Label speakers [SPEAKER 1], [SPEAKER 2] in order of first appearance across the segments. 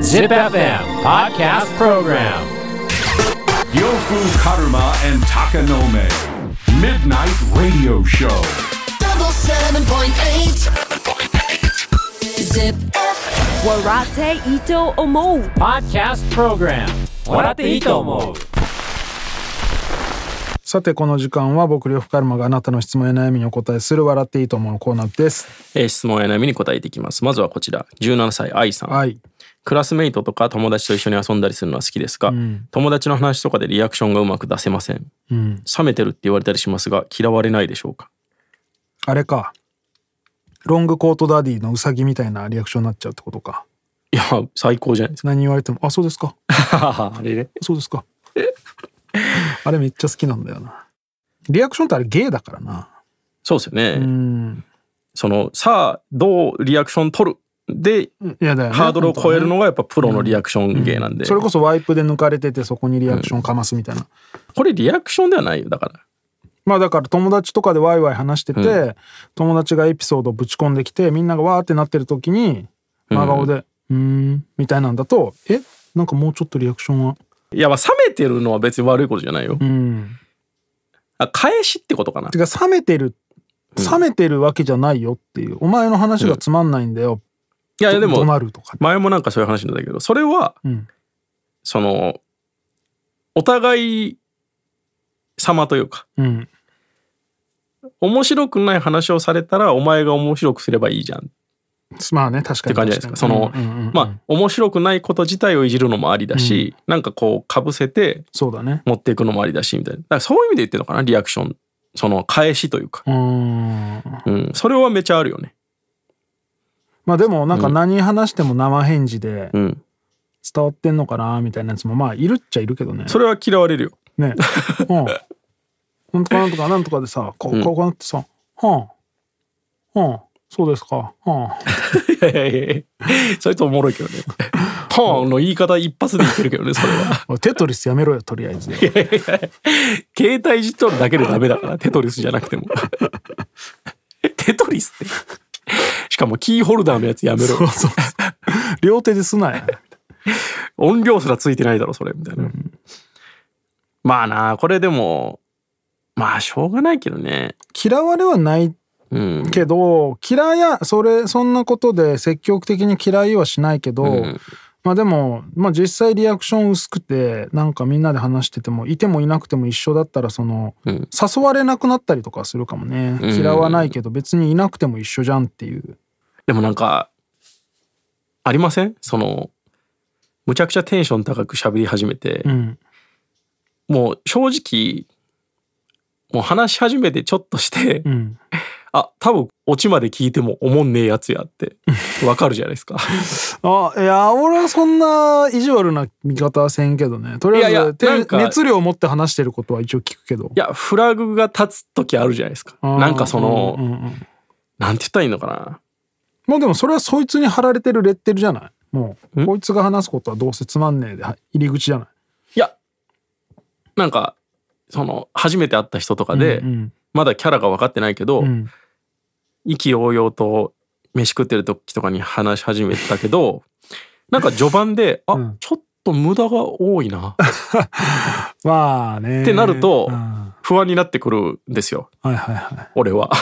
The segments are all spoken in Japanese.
[SPEAKER 1] Zip FM Podcast Program
[SPEAKER 2] Yofu Karuma and Takanome. Midnight Radio Show.
[SPEAKER 3] double seven point eight. Zip.
[SPEAKER 4] Warate Ito Omo.
[SPEAKER 1] Podcast Program 笑っていいと思う
[SPEAKER 5] さてこの時間は僕呂布カルマがあなたの質問や悩みにお答えする笑っていいと思うのコーナーです
[SPEAKER 6] えー質問や悩みに答えていきます。まずはこちら、17歳愛さん。
[SPEAKER 5] はい
[SPEAKER 6] クラスメイトとか友達と一緒に遊んだりするのは好きですが、友達の話とかでリアクションがうまく出せません。
[SPEAKER 5] うん
[SPEAKER 6] 冷めてるって言われたりしますが、嫌われないでしょうか。
[SPEAKER 5] あれかロングコートダディのウサギみたいなリアクションになっちゃうってことか
[SPEAKER 6] いや、最高じゃないです
[SPEAKER 5] 何言われても「あそうですか
[SPEAKER 6] か。あれね。
[SPEAKER 5] そうですか」あれめっちゃ好きなんだよなリアクションってあれゲーだからな
[SPEAKER 6] そうですよね。
[SPEAKER 5] うん
[SPEAKER 6] その、さあ、どうリアクション取るで、
[SPEAKER 5] いやだよね
[SPEAKER 6] ハードルを超えるの
[SPEAKER 5] 本
[SPEAKER 6] がやっぱプロのリアクション芸なん
[SPEAKER 5] 当はね
[SPEAKER 6] で。
[SPEAKER 5] それこそワイプで抜かれててそこにリアクションかますみたいな、
[SPEAKER 6] これリアクションではないよ、だから。
[SPEAKER 5] まあだから友達とかでワイワイ話してて、友達がエピソードをぶち込んできてみんながわーってなってる時に真顔で「うーん」みたいなんだと「えなんかもうちょっとリアクションは」
[SPEAKER 6] いや、まあ冷めてるのは別に悪いことじゃないよ。
[SPEAKER 5] うん。
[SPEAKER 6] あ、返しってことかな
[SPEAKER 5] て。か冷めてる冷めてるわけじゃないよっていう、お前の話がつまんないんだよ、
[SPEAKER 6] いや、でも
[SPEAKER 5] 怒、鳴るとか、
[SPEAKER 6] 前もなんかそういう話なんだけどそれは
[SPEAKER 5] うん、
[SPEAKER 6] そのお互い様というか
[SPEAKER 5] うん、
[SPEAKER 6] 面白くない話をされたらお前が面白くすればいいじゃんっ
[SPEAKER 5] まあね確か
[SPEAKER 6] て
[SPEAKER 5] に
[SPEAKER 6] 感じじゃないですかその
[SPEAKER 5] うんうんうんうん
[SPEAKER 6] まあ面白くないこと自体をいじるのもありだしなんかこうかぶせて
[SPEAKER 5] そうだね
[SPEAKER 6] 持っていくのもありだしみたいなだからそういう意味で言ってるのかなリアクションその返しというか
[SPEAKER 5] う、ーん
[SPEAKER 6] うん、それはめちゃあるよね。
[SPEAKER 5] まあでもなんか何話しても生返事で
[SPEAKER 6] うん、
[SPEAKER 5] 伝わってんのかなみたいなやつもまあいるっちゃいるけどね
[SPEAKER 6] それは嫌われるよ。
[SPEAKER 5] ねうん。なんとかなんとかなんとかでさ、こう、こうなってさ、はあ、はあ、そうですか、はあ。
[SPEAKER 6] いやいやいやいやそれとおもろいけど ね。はあの言い方一発で言ってるけどねそれは。
[SPEAKER 5] おいテトリスやめろよ、とりあえず。
[SPEAKER 6] 携帯いじっとるだけでダメだから、テトリスじゃなくても。 テトリスって。しかもキーホルダーのやつやめろ
[SPEAKER 5] そう。そうそう。両手ですなや。
[SPEAKER 6] 音量すらついてないだろ、それ。みたいな。まあな、これでも、まあしょうがないけどね。
[SPEAKER 5] 嫌われはない
[SPEAKER 6] うん。
[SPEAKER 5] けど、嫌いや、それ、そんなことで積極的に嫌いはしないけど、
[SPEAKER 6] うん
[SPEAKER 5] まあでも、まあ実際リアクション薄くて、なんかみんなで話してても、いてもいなくても一緒だったら、その、
[SPEAKER 6] うん
[SPEAKER 5] 誘われなくなったりとかするかもね。
[SPEAKER 6] ん
[SPEAKER 5] 嫌わないけど、別にいなくても一緒じゃんっていう。
[SPEAKER 6] でもなんか、ありませんその、むちゃくちゃテンション高く喋り始めて、
[SPEAKER 5] うん。
[SPEAKER 6] もう正直、もう話し始めてちょっとして、
[SPEAKER 5] うん。
[SPEAKER 6] あ、多分、オチまで聞いてもおもんねえやつや って、わかるじゃないですか。
[SPEAKER 5] あ、いや、俺はそんな意地悪な見方はせんけどね。とりあえず
[SPEAKER 6] いやいや
[SPEAKER 5] て
[SPEAKER 6] なんか
[SPEAKER 5] 熱量を持って話してることは一応聞くけど
[SPEAKER 6] い。や、フラグが立つ時あるじゃないですか。
[SPEAKER 5] あー
[SPEAKER 6] なんかその、
[SPEAKER 5] うんうんうん
[SPEAKER 6] なんて言ったらいいのかな。
[SPEAKER 5] まあでもそれはそいつに貼られてるレッテルじゃないもう、
[SPEAKER 6] ん
[SPEAKER 5] こいつが話すことはどうせつまんねえで入り口じゃない。
[SPEAKER 6] いや、なんか、その、初めて会った人とかで、
[SPEAKER 5] うん
[SPEAKER 6] まだキャラが分かってないけど、
[SPEAKER 5] うん。
[SPEAKER 6] 意気揚々と飯食ってる時とかに話し始めたけ ど、なんか序盤で、あ、
[SPEAKER 5] うん
[SPEAKER 6] ちょっと無駄が多いな、
[SPEAKER 5] まあね。
[SPEAKER 6] ってなると
[SPEAKER 5] うんは
[SPEAKER 6] 不安になってくるんですよ、
[SPEAKER 5] いはいはい。
[SPEAKER 6] 俺は。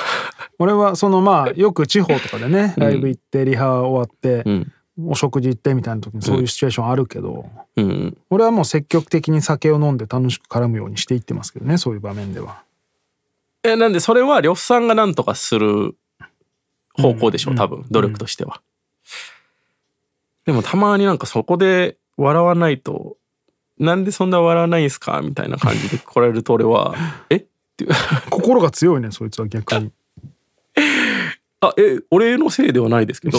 [SPEAKER 5] 俺はそのまあよく地方とかでね、ライブ行ってリハ終わって
[SPEAKER 6] う、ん。
[SPEAKER 5] お食事行ってみたいな時にそういうシチュエーションあるけど、
[SPEAKER 6] うん。
[SPEAKER 5] 俺はもう積極的に酒を飲んで楽しく絡むようにしていってますけどね、そういう場面では。
[SPEAKER 6] えなんでそれは呂布さんが何とかする方向でしょう多分努力としては、でもたまになんかそこで笑わないとなんでそんな笑わないんすかみたいな感じで来られると俺 はえっていう
[SPEAKER 5] 心が強いねそいつは逆に
[SPEAKER 6] あえ俺のせいではないですけ ど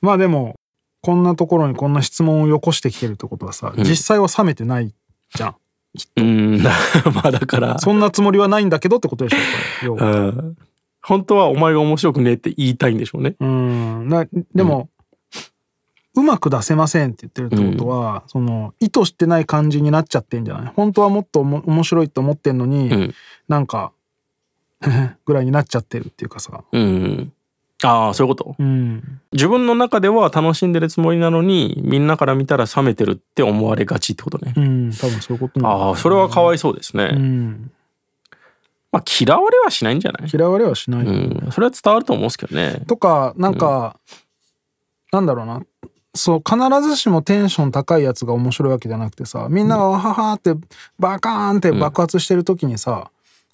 [SPEAKER 5] まあでもこんなところにこんな質問をよこしてきてるってことはさ、実際は冷めてないじゃん
[SPEAKER 6] うーん まあだから
[SPEAKER 5] そんなつもりはないんだけどってことでしょこれ要
[SPEAKER 6] う
[SPEAKER 5] は
[SPEAKER 6] ん本当はお前が面白くねえって言いたいんでしょうね
[SPEAKER 5] うんなでも、うまく出せませんって言ってるってことは、その意図してない感じになっちゃってんじゃない本当はもっとおも面白いと思ってんのに、
[SPEAKER 6] うん
[SPEAKER 5] なんかぐらいになっちゃってるっていうかさ
[SPEAKER 6] うんああそういうこと
[SPEAKER 5] うん。
[SPEAKER 6] 自分の中では楽しんでるつもりなのにみんなから見たら冷めてるって思われがちってことね、
[SPEAKER 5] うん。多分そういうことなんだ
[SPEAKER 6] ああそれはかわいそうですね、
[SPEAKER 5] うん。
[SPEAKER 6] まあ嫌われはしないんじゃない
[SPEAKER 5] 嫌われはしない。
[SPEAKER 6] うんそれは伝わると思うんですけどね
[SPEAKER 5] とか、なんか、なんだろうな。そう、必ずしもテンション高いやつが面白いわけじゃなくてさ、みんながわははって、バカーンって爆発してる時にさ、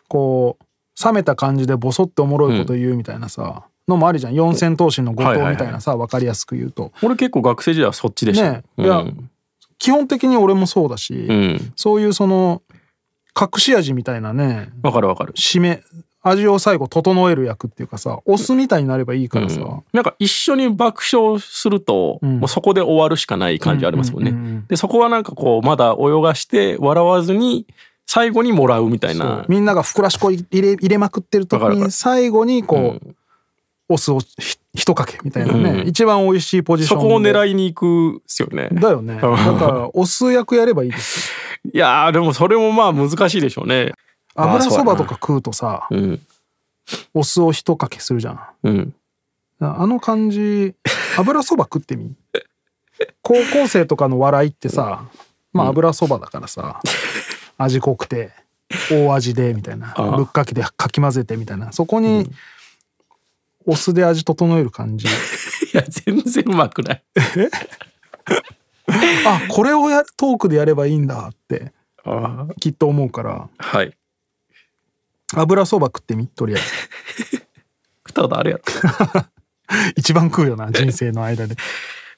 [SPEAKER 5] こう、冷めた感じでボソっておもろいこと言うみたいなさ、のもあるじゃん。四千頭身の後藤みたいなさ、わかりやすく言うと。
[SPEAKER 6] 俺結構学生時代はそっちでした
[SPEAKER 5] ねいや
[SPEAKER 6] うん
[SPEAKER 5] 基本的に俺もそうだし、
[SPEAKER 6] うん
[SPEAKER 5] そういうその、隠し味みたいなね、
[SPEAKER 6] わかるわかる
[SPEAKER 5] 締め、味を最後整える役っていうかさ、お酢みたいになればいいからさ、
[SPEAKER 6] なんか一緒に爆笑すると、
[SPEAKER 5] ん
[SPEAKER 6] もうそこで終わるしかない感じありますもんね。
[SPEAKER 5] うんうんうんうん
[SPEAKER 6] でそこはなんかこうまだ泳がして笑わずに最後にもらうみたいな。
[SPEAKER 5] みんながふくらしこ入れ入れまくってる時
[SPEAKER 6] わかるわか
[SPEAKER 5] に
[SPEAKER 6] る
[SPEAKER 5] 最後にこう、お酢をひひとかけみたいなね、一番美味しいポジショ
[SPEAKER 6] そ
[SPEAKER 5] ン
[SPEAKER 6] こを
[SPEAKER 5] で
[SPEAKER 6] 狙いに行くっすよね。
[SPEAKER 5] だよねだからお酢役やればいい ですよ
[SPEAKER 6] いやーでもそれもまあ難しいでしょうね。あ
[SPEAKER 5] 油そばと
[SPEAKER 6] そうやな
[SPEAKER 5] か食うとさ
[SPEAKER 6] うん
[SPEAKER 5] お酢をひとかけするじゃん
[SPEAKER 6] うん。
[SPEAKER 5] あの感じ油そば食ってみ高校生とかの笑いってさまあ油そばだからさ、味濃くて大味でみたいな
[SPEAKER 6] ああ
[SPEAKER 5] ぶっかけでかき混ぜてみたいなそこに、お酢で味整える感じ
[SPEAKER 6] いや全然うまくない。
[SPEAKER 5] あこれをやトークでやればいいんだってきっと思うから
[SPEAKER 6] はい。
[SPEAKER 5] 油そば食ってみとりあえ
[SPEAKER 6] 食ったことあるやろ。
[SPEAKER 5] ず一番食うよな人生の間で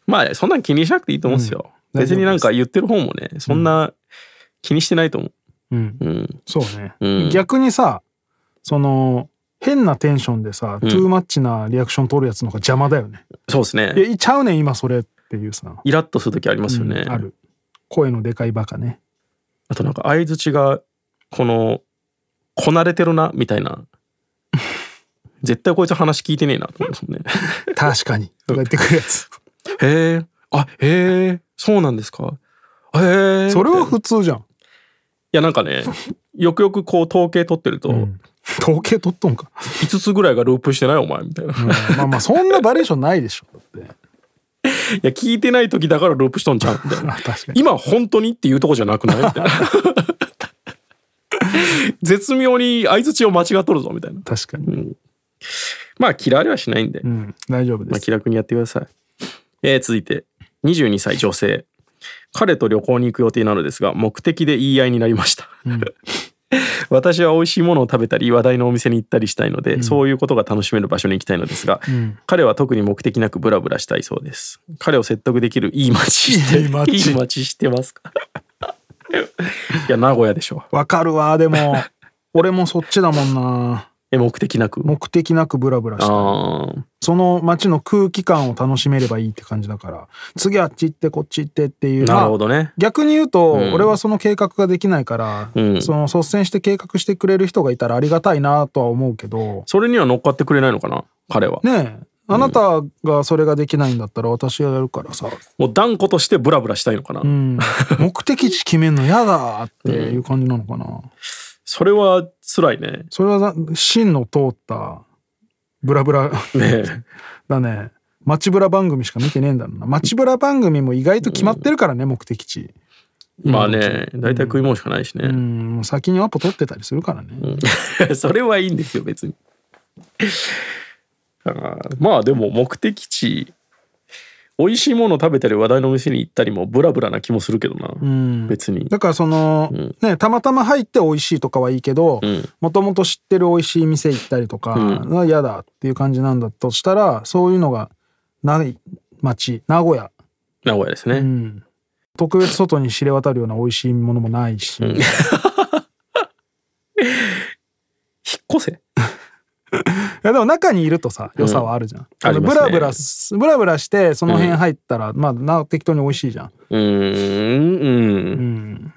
[SPEAKER 6] まあそんなん気にしなくていいと思うんですよ。
[SPEAKER 5] うん
[SPEAKER 6] 別になんか言ってる方もねそんな気にしてないと思
[SPEAKER 5] うん
[SPEAKER 6] う。うん。
[SPEAKER 5] そうね、
[SPEAKER 6] うん
[SPEAKER 5] 逆にさその変なテンションでさ、トゥーマッチなリアクション取るやつの方が邪魔だよね
[SPEAKER 6] そうです
[SPEAKER 5] い
[SPEAKER 6] ね。
[SPEAKER 5] やいちゃうねん今それっていうさ、
[SPEAKER 6] イラッとする時ありますよね。
[SPEAKER 5] ある声のでかいバカね
[SPEAKER 6] あとなんか相槌がこのこなれてるなみた いな絶対こいつ話聞いてねえなと思うんですもんね
[SPEAKER 5] 確かにとか言ってくるやつ
[SPEAKER 6] へえあへえそうなんですかへえ
[SPEAKER 5] それ
[SPEAKER 6] みたい
[SPEAKER 5] は
[SPEAKER 6] ない
[SPEAKER 5] 普通じゃん
[SPEAKER 6] やなんかねよくよくこう統計取ってると、
[SPEAKER 5] 統計取っとんか、
[SPEAKER 6] 5つぐらいがループしてないお前みたいな、い
[SPEAKER 5] まあまあそんなバリエーションないでしょだって
[SPEAKER 6] や聞いてない時だからループしとんちゃうみたいな
[SPEAKER 5] あ確かに
[SPEAKER 6] 今本当にっていうとこじゃなくないみたいな絶妙に相槌を間違っとるぞみたいな
[SPEAKER 5] 確かに、
[SPEAKER 6] まあ嫌われはしないんで、
[SPEAKER 5] うん、大丈夫で
[SPEAKER 6] まあ、
[SPEAKER 5] す
[SPEAKER 6] 気楽にやってください。えー続いて、22歳女性。彼と旅行に行く予定なのですが、目的で言い合いになりました。 私は美味しいものを食べたり、話題のお店に行ったりしたいので、そういうことが楽しめる場所に行きたいのですが、彼は特に目的なくブラブラしたいそうです。彼を説得できるいい街して、
[SPEAKER 5] いい街
[SPEAKER 6] いい街してますか いや、名古屋でしょ。
[SPEAKER 5] わかるわで も俺もそっちだもんな
[SPEAKER 6] え、目的なく。
[SPEAKER 5] 目的なくブラブラして
[SPEAKER 6] あー
[SPEAKER 5] その街の空気感を楽しめればいいって感じだから次あっち行ってこっち行ってっていう
[SPEAKER 6] なるほ
[SPEAKER 5] ど
[SPEAKER 6] どね。
[SPEAKER 5] 逆に言うと、俺はその計画ができないから、
[SPEAKER 6] うん
[SPEAKER 5] その率先して計画してくれる人がいたらありがたいなとは思うけど
[SPEAKER 6] それには乗っかってくれないのかな彼は。
[SPEAKER 5] ねえあなたがそれができないんだったら私がやるからさ、
[SPEAKER 6] もう断固としてブラブラしたいのかな、
[SPEAKER 5] うん、目的地決めんの嫌だっていう感じなのかな、
[SPEAKER 6] それは辛いね。
[SPEAKER 5] それはざ真の通ったブラブラ
[SPEAKER 6] ね
[SPEAKER 5] だね街ブラ番組しか見てねえんだろうな街ブラ番組も意外と決まってるからね、目的地
[SPEAKER 6] えまあね、大体食い物しかないし
[SPEAKER 5] う
[SPEAKER 6] ね。
[SPEAKER 5] んもう先にアポ取ってたりするからね、
[SPEAKER 6] それはいいんですよ、別に。あーまあでも目的地、美味しいもの食べたり話題のお店に行ったりもブラブラな気もするけどな。別に。
[SPEAKER 5] だからその、ねたまたま入って美味しいとかはいいけどもともと知ってる美味しい店行ったりとかが嫌だっていう感じなんだとしたらそういうのがない街名古屋、
[SPEAKER 6] 名古屋ですね。
[SPEAKER 5] うん、特別外に知れ渡るような美味しいものもないし、
[SPEAKER 6] 引っ越せ。
[SPEAKER 5] いやでも中にいるとさ良さはあるじゃん、
[SPEAKER 6] あり
[SPEAKER 5] ブ
[SPEAKER 6] ますね
[SPEAKER 5] ラブラすブラブラしてその辺入ったら、まあな適当に美味しいじゃん
[SPEAKER 6] うーん、うん。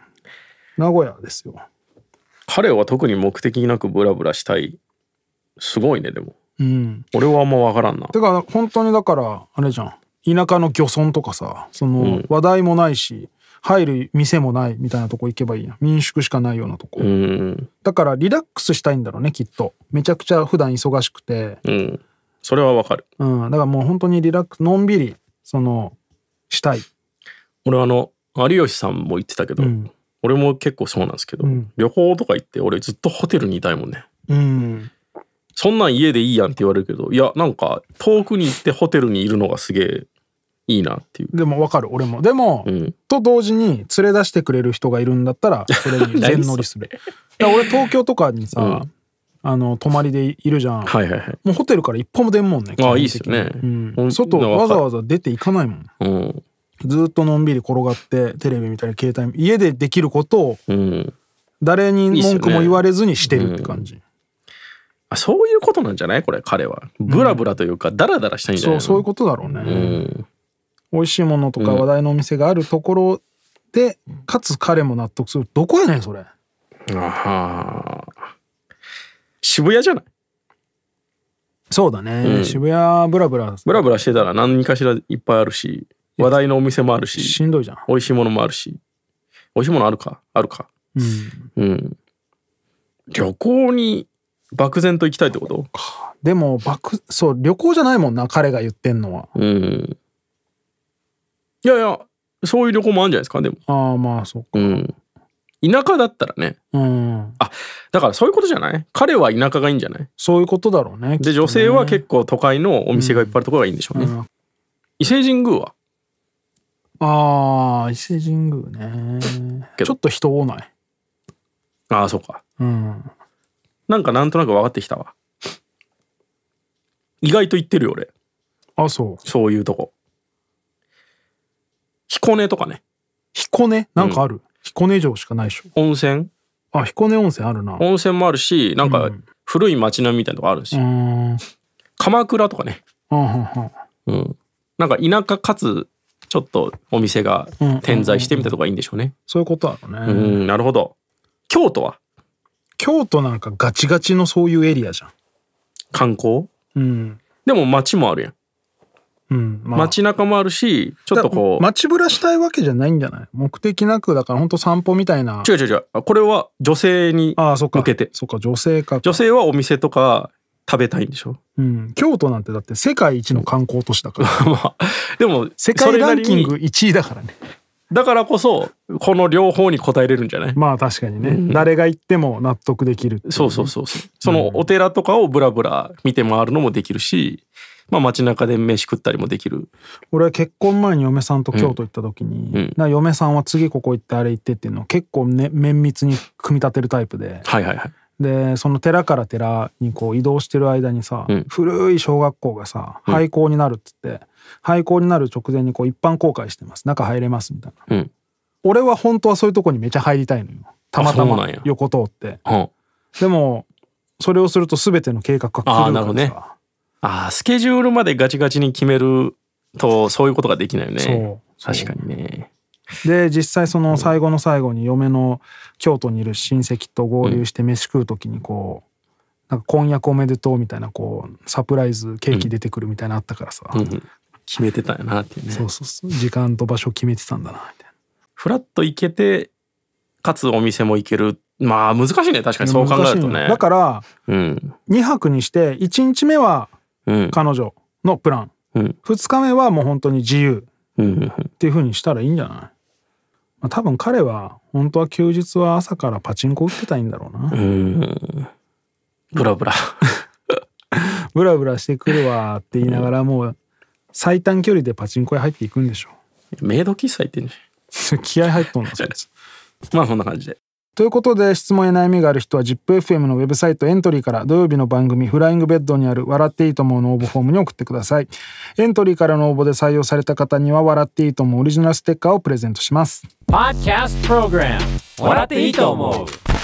[SPEAKER 5] 名古屋ですよ
[SPEAKER 6] 彼は特に目的なくブラブラしたい。すごいね、でも。
[SPEAKER 5] うん
[SPEAKER 6] 俺はあんまわからんな。
[SPEAKER 5] てか本当にだからあれじゃん田舎の漁村とかさその話題もないし、入る店もないみたいなとこ行けばいいやん民宿しかないようなとこ、
[SPEAKER 6] うん、
[SPEAKER 5] だからリラックスしたいんだろうねきっとめちゃくちゃ普段忙しくて
[SPEAKER 6] うん。それはわかる
[SPEAKER 5] うん、だからもう本当にリラックスのんびりそのしたい、
[SPEAKER 6] 俺あの有吉さんも言ってたけど、
[SPEAKER 5] うん
[SPEAKER 6] 俺も結構そうなんですけど、
[SPEAKER 5] うん
[SPEAKER 6] 旅行とか行って俺ずっとホテルにいたいもんね
[SPEAKER 5] うん、
[SPEAKER 6] そんなん家でいいやんって言われるけどいやなんか遠くに行ってホテルにいるのがすげえいいなっていう
[SPEAKER 5] でもわかる俺もでも、
[SPEAKER 6] うん
[SPEAKER 5] と同時に連れ出してくれる人がいるんだったらそれに全乗り するだから俺東京とかにさ、
[SPEAKER 6] うん
[SPEAKER 5] あの泊まりでいるじゃん、
[SPEAKER 6] はいはいはい
[SPEAKER 5] もうホテルから一歩も出んもんね基
[SPEAKER 6] あ
[SPEAKER 5] 本
[SPEAKER 6] あ
[SPEAKER 5] 的に
[SPEAKER 6] いいっすよね、
[SPEAKER 5] うん、外わざわざ出ていかないもん
[SPEAKER 6] ざうん、
[SPEAKER 5] ずーっとのんびり転がってテレビ見たり携帯見家でできることを
[SPEAKER 6] うん、
[SPEAKER 5] 誰に文句も言われずにしてるって感じ
[SPEAKER 6] あそういうことなんじゃないこれ彼はブラブラというかダラダラしたいんじゃ
[SPEAKER 5] そ
[SPEAKER 6] ないうの
[SPEAKER 5] そういうことだろうね、
[SPEAKER 6] うん
[SPEAKER 5] 美味しいものとか話題のお店があるところでかつ彼も納得するどこやねんそれ
[SPEAKER 6] あはー渋谷じゃない
[SPEAKER 5] そうだね、渋谷ブラブラ
[SPEAKER 6] ブラブラしてたら何かしらいっぱいあるし話題のお店もあるし
[SPEAKER 5] しんどいじゃん
[SPEAKER 6] 美味しいものもあるし美味しいものあるかあるかうん、旅行に漠然と行きたいってこと
[SPEAKER 5] でも爆そう旅行じゃないもんな彼が言ってんのは
[SPEAKER 6] うんいやいやそういう旅行もあるんじゃないですかでも
[SPEAKER 5] ああまあそうか
[SPEAKER 6] うん田舎だったらね
[SPEAKER 5] うん
[SPEAKER 6] あだからそういうことじゃない彼は田舎がいいんじゃない
[SPEAKER 5] そういうことだろうね
[SPEAKER 6] で女性は結構都会のお店がいっぱいあるところがいいんでしょうね、
[SPEAKER 5] うん
[SPEAKER 6] 伊勢神宮は
[SPEAKER 5] ああ伊勢神宮ね
[SPEAKER 6] けど
[SPEAKER 5] ちょっと人多ない
[SPEAKER 6] ああそうか
[SPEAKER 5] うん
[SPEAKER 6] なんかなんとなく分かってきたわ意外と行ってるよ俺
[SPEAKER 5] あそう
[SPEAKER 6] そういうとこ彦根とかね
[SPEAKER 5] 彦根なんかある、彦根城しかないでしょ
[SPEAKER 6] 温泉
[SPEAKER 5] あ彦根温泉あるな
[SPEAKER 6] 温泉もあるしなんか古い町並みみたいなとこあるんです
[SPEAKER 5] う
[SPEAKER 6] よ、
[SPEAKER 5] んうん
[SPEAKER 6] 鎌倉とかね
[SPEAKER 5] うん
[SPEAKER 6] うんなんか田舎かつちょっとお店が点在してみたいなとこがいいんでしょうね
[SPEAKER 5] そういうことだろう
[SPEAKER 6] う
[SPEAKER 5] ね、
[SPEAKER 6] ん、なるほど京都は
[SPEAKER 5] 京都なんかガチガチのそういうエリアじゃん
[SPEAKER 6] 観光
[SPEAKER 5] うん
[SPEAKER 6] でも町もあるやん
[SPEAKER 5] うんまあ
[SPEAKER 6] 街中もあるしちょっとこう
[SPEAKER 5] 街ぶらしたいわけじゃないんじゃない目的なくだから本当散歩みたいな
[SPEAKER 6] 違う違う違うあこれは女性に
[SPEAKER 5] ああそっか
[SPEAKER 6] 向けて
[SPEAKER 5] そっか女性か
[SPEAKER 6] 女性はお店とか食べたいんでしょ
[SPEAKER 5] うん、京都なんてだって世界一の観光都市だから
[SPEAKER 6] まあでも
[SPEAKER 5] 世界ランキン
[SPEAKER 6] それな
[SPEAKER 5] グ1位だからね
[SPEAKER 6] りにだからこそこの両方に応えれるんじゃない、
[SPEAKER 5] まあ確かにね、誰が行っても納得できるってい
[SPEAKER 6] そうそうそうそうそのお寺とかをブラブラ見て回るのもできるし、まあ、街中で飯食ったりもできる
[SPEAKER 5] 俺は結婚前に嫁さんと京都行った時に、
[SPEAKER 6] うん
[SPEAKER 5] な嫁さんは次ここ行ってあれ行ってっていうのを結構、ね、綿密に組み立てるタイプで
[SPEAKER 6] はいはいはい
[SPEAKER 5] でその寺から寺にこう移動してる間にさ、
[SPEAKER 6] うん
[SPEAKER 5] 古い小学校がさ廃校になるっつって、廃校になる直前にこう一般公開してます中入れますみたいな
[SPEAKER 6] うん、
[SPEAKER 5] 俺は本当はそういうとこにめちゃ入りたいのよたまた
[SPEAKER 6] あそうな
[SPEAKER 5] ま
[SPEAKER 6] んや
[SPEAKER 5] 横通って
[SPEAKER 6] うん、あ
[SPEAKER 5] でもそれをすると全ての計画が
[SPEAKER 6] あー
[SPEAKER 5] 狂う
[SPEAKER 6] なる
[SPEAKER 5] か
[SPEAKER 6] ほどね
[SPEAKER 5] らさ、
[SPEAKER 6] あースケジュールまでガチガチに決めるとそういうことができないよね
[SPEAKER 5] そう
[SPEAKER 6] 確かにね
[SPEAKER 5] で実際その最後の最後に嫁の京都にいる親戚と合流して飯食う時にこうなんか婚約おめでとうみたいなこうサプライズケーキ出てくるみたいなのあったからさ、
[SPEAKER 6] 決めてたんやなっていうね
[SPEAKER 5] そうそうそう時間と場所決めてたんだなみたい
[SPEAKER 6] フラッと行けてかつお店も行けるまあ難しいね確か
[SPEAKER 5] な
[SPEAKER 6] にそう考
[SPEAKER 5] 難し
[SPEAKER 6] えると
[SPEAKER 5] い
[SPEAKER 6] ね
[SPEAKER 5] のだから
[SPEAKER 6] うん
[SPEAKER 5] 2泊にして1日目は
[SPEAKER 6] うん
[SPEAKER 5] 彼女のプラン、
[SPEAKER 6] うん
[SPEAKER 5] 2日目はもう本当に自由
[SPEAKER 6] うんうん
[SPEAKER 5] っていう風にしたらいいんじゃない、まあ、多分彼は本当は休日は朝からパチンコ打ってたいんだろうな、
[SPEAKER 6] うんブラブ ラ
[SPEAKER 5] ブラブラしてくるわって言いながらもう最短距離でパチンコへ入っていくんでしょ
[SPEAKER 6] メイド喫茶行ってんじ
[SPEAKER 5] 気合入っとんなそいつ
[SPEAKER 6] ゃんまあそんな感じで
[SPEAKER 5] ということで質問や悩みがある人は ZIPFM のウェブサイトエントリーから土曜日の番組「フライングベッド」にある「笑っていいと思う」の応募フォームに送ってくださいエントリーからの応募で採用された方には「笑っていいと思う」オリジナルステッカーをプレゼントします
[SPEAKER 1] Podcast Program 笑っていいと思う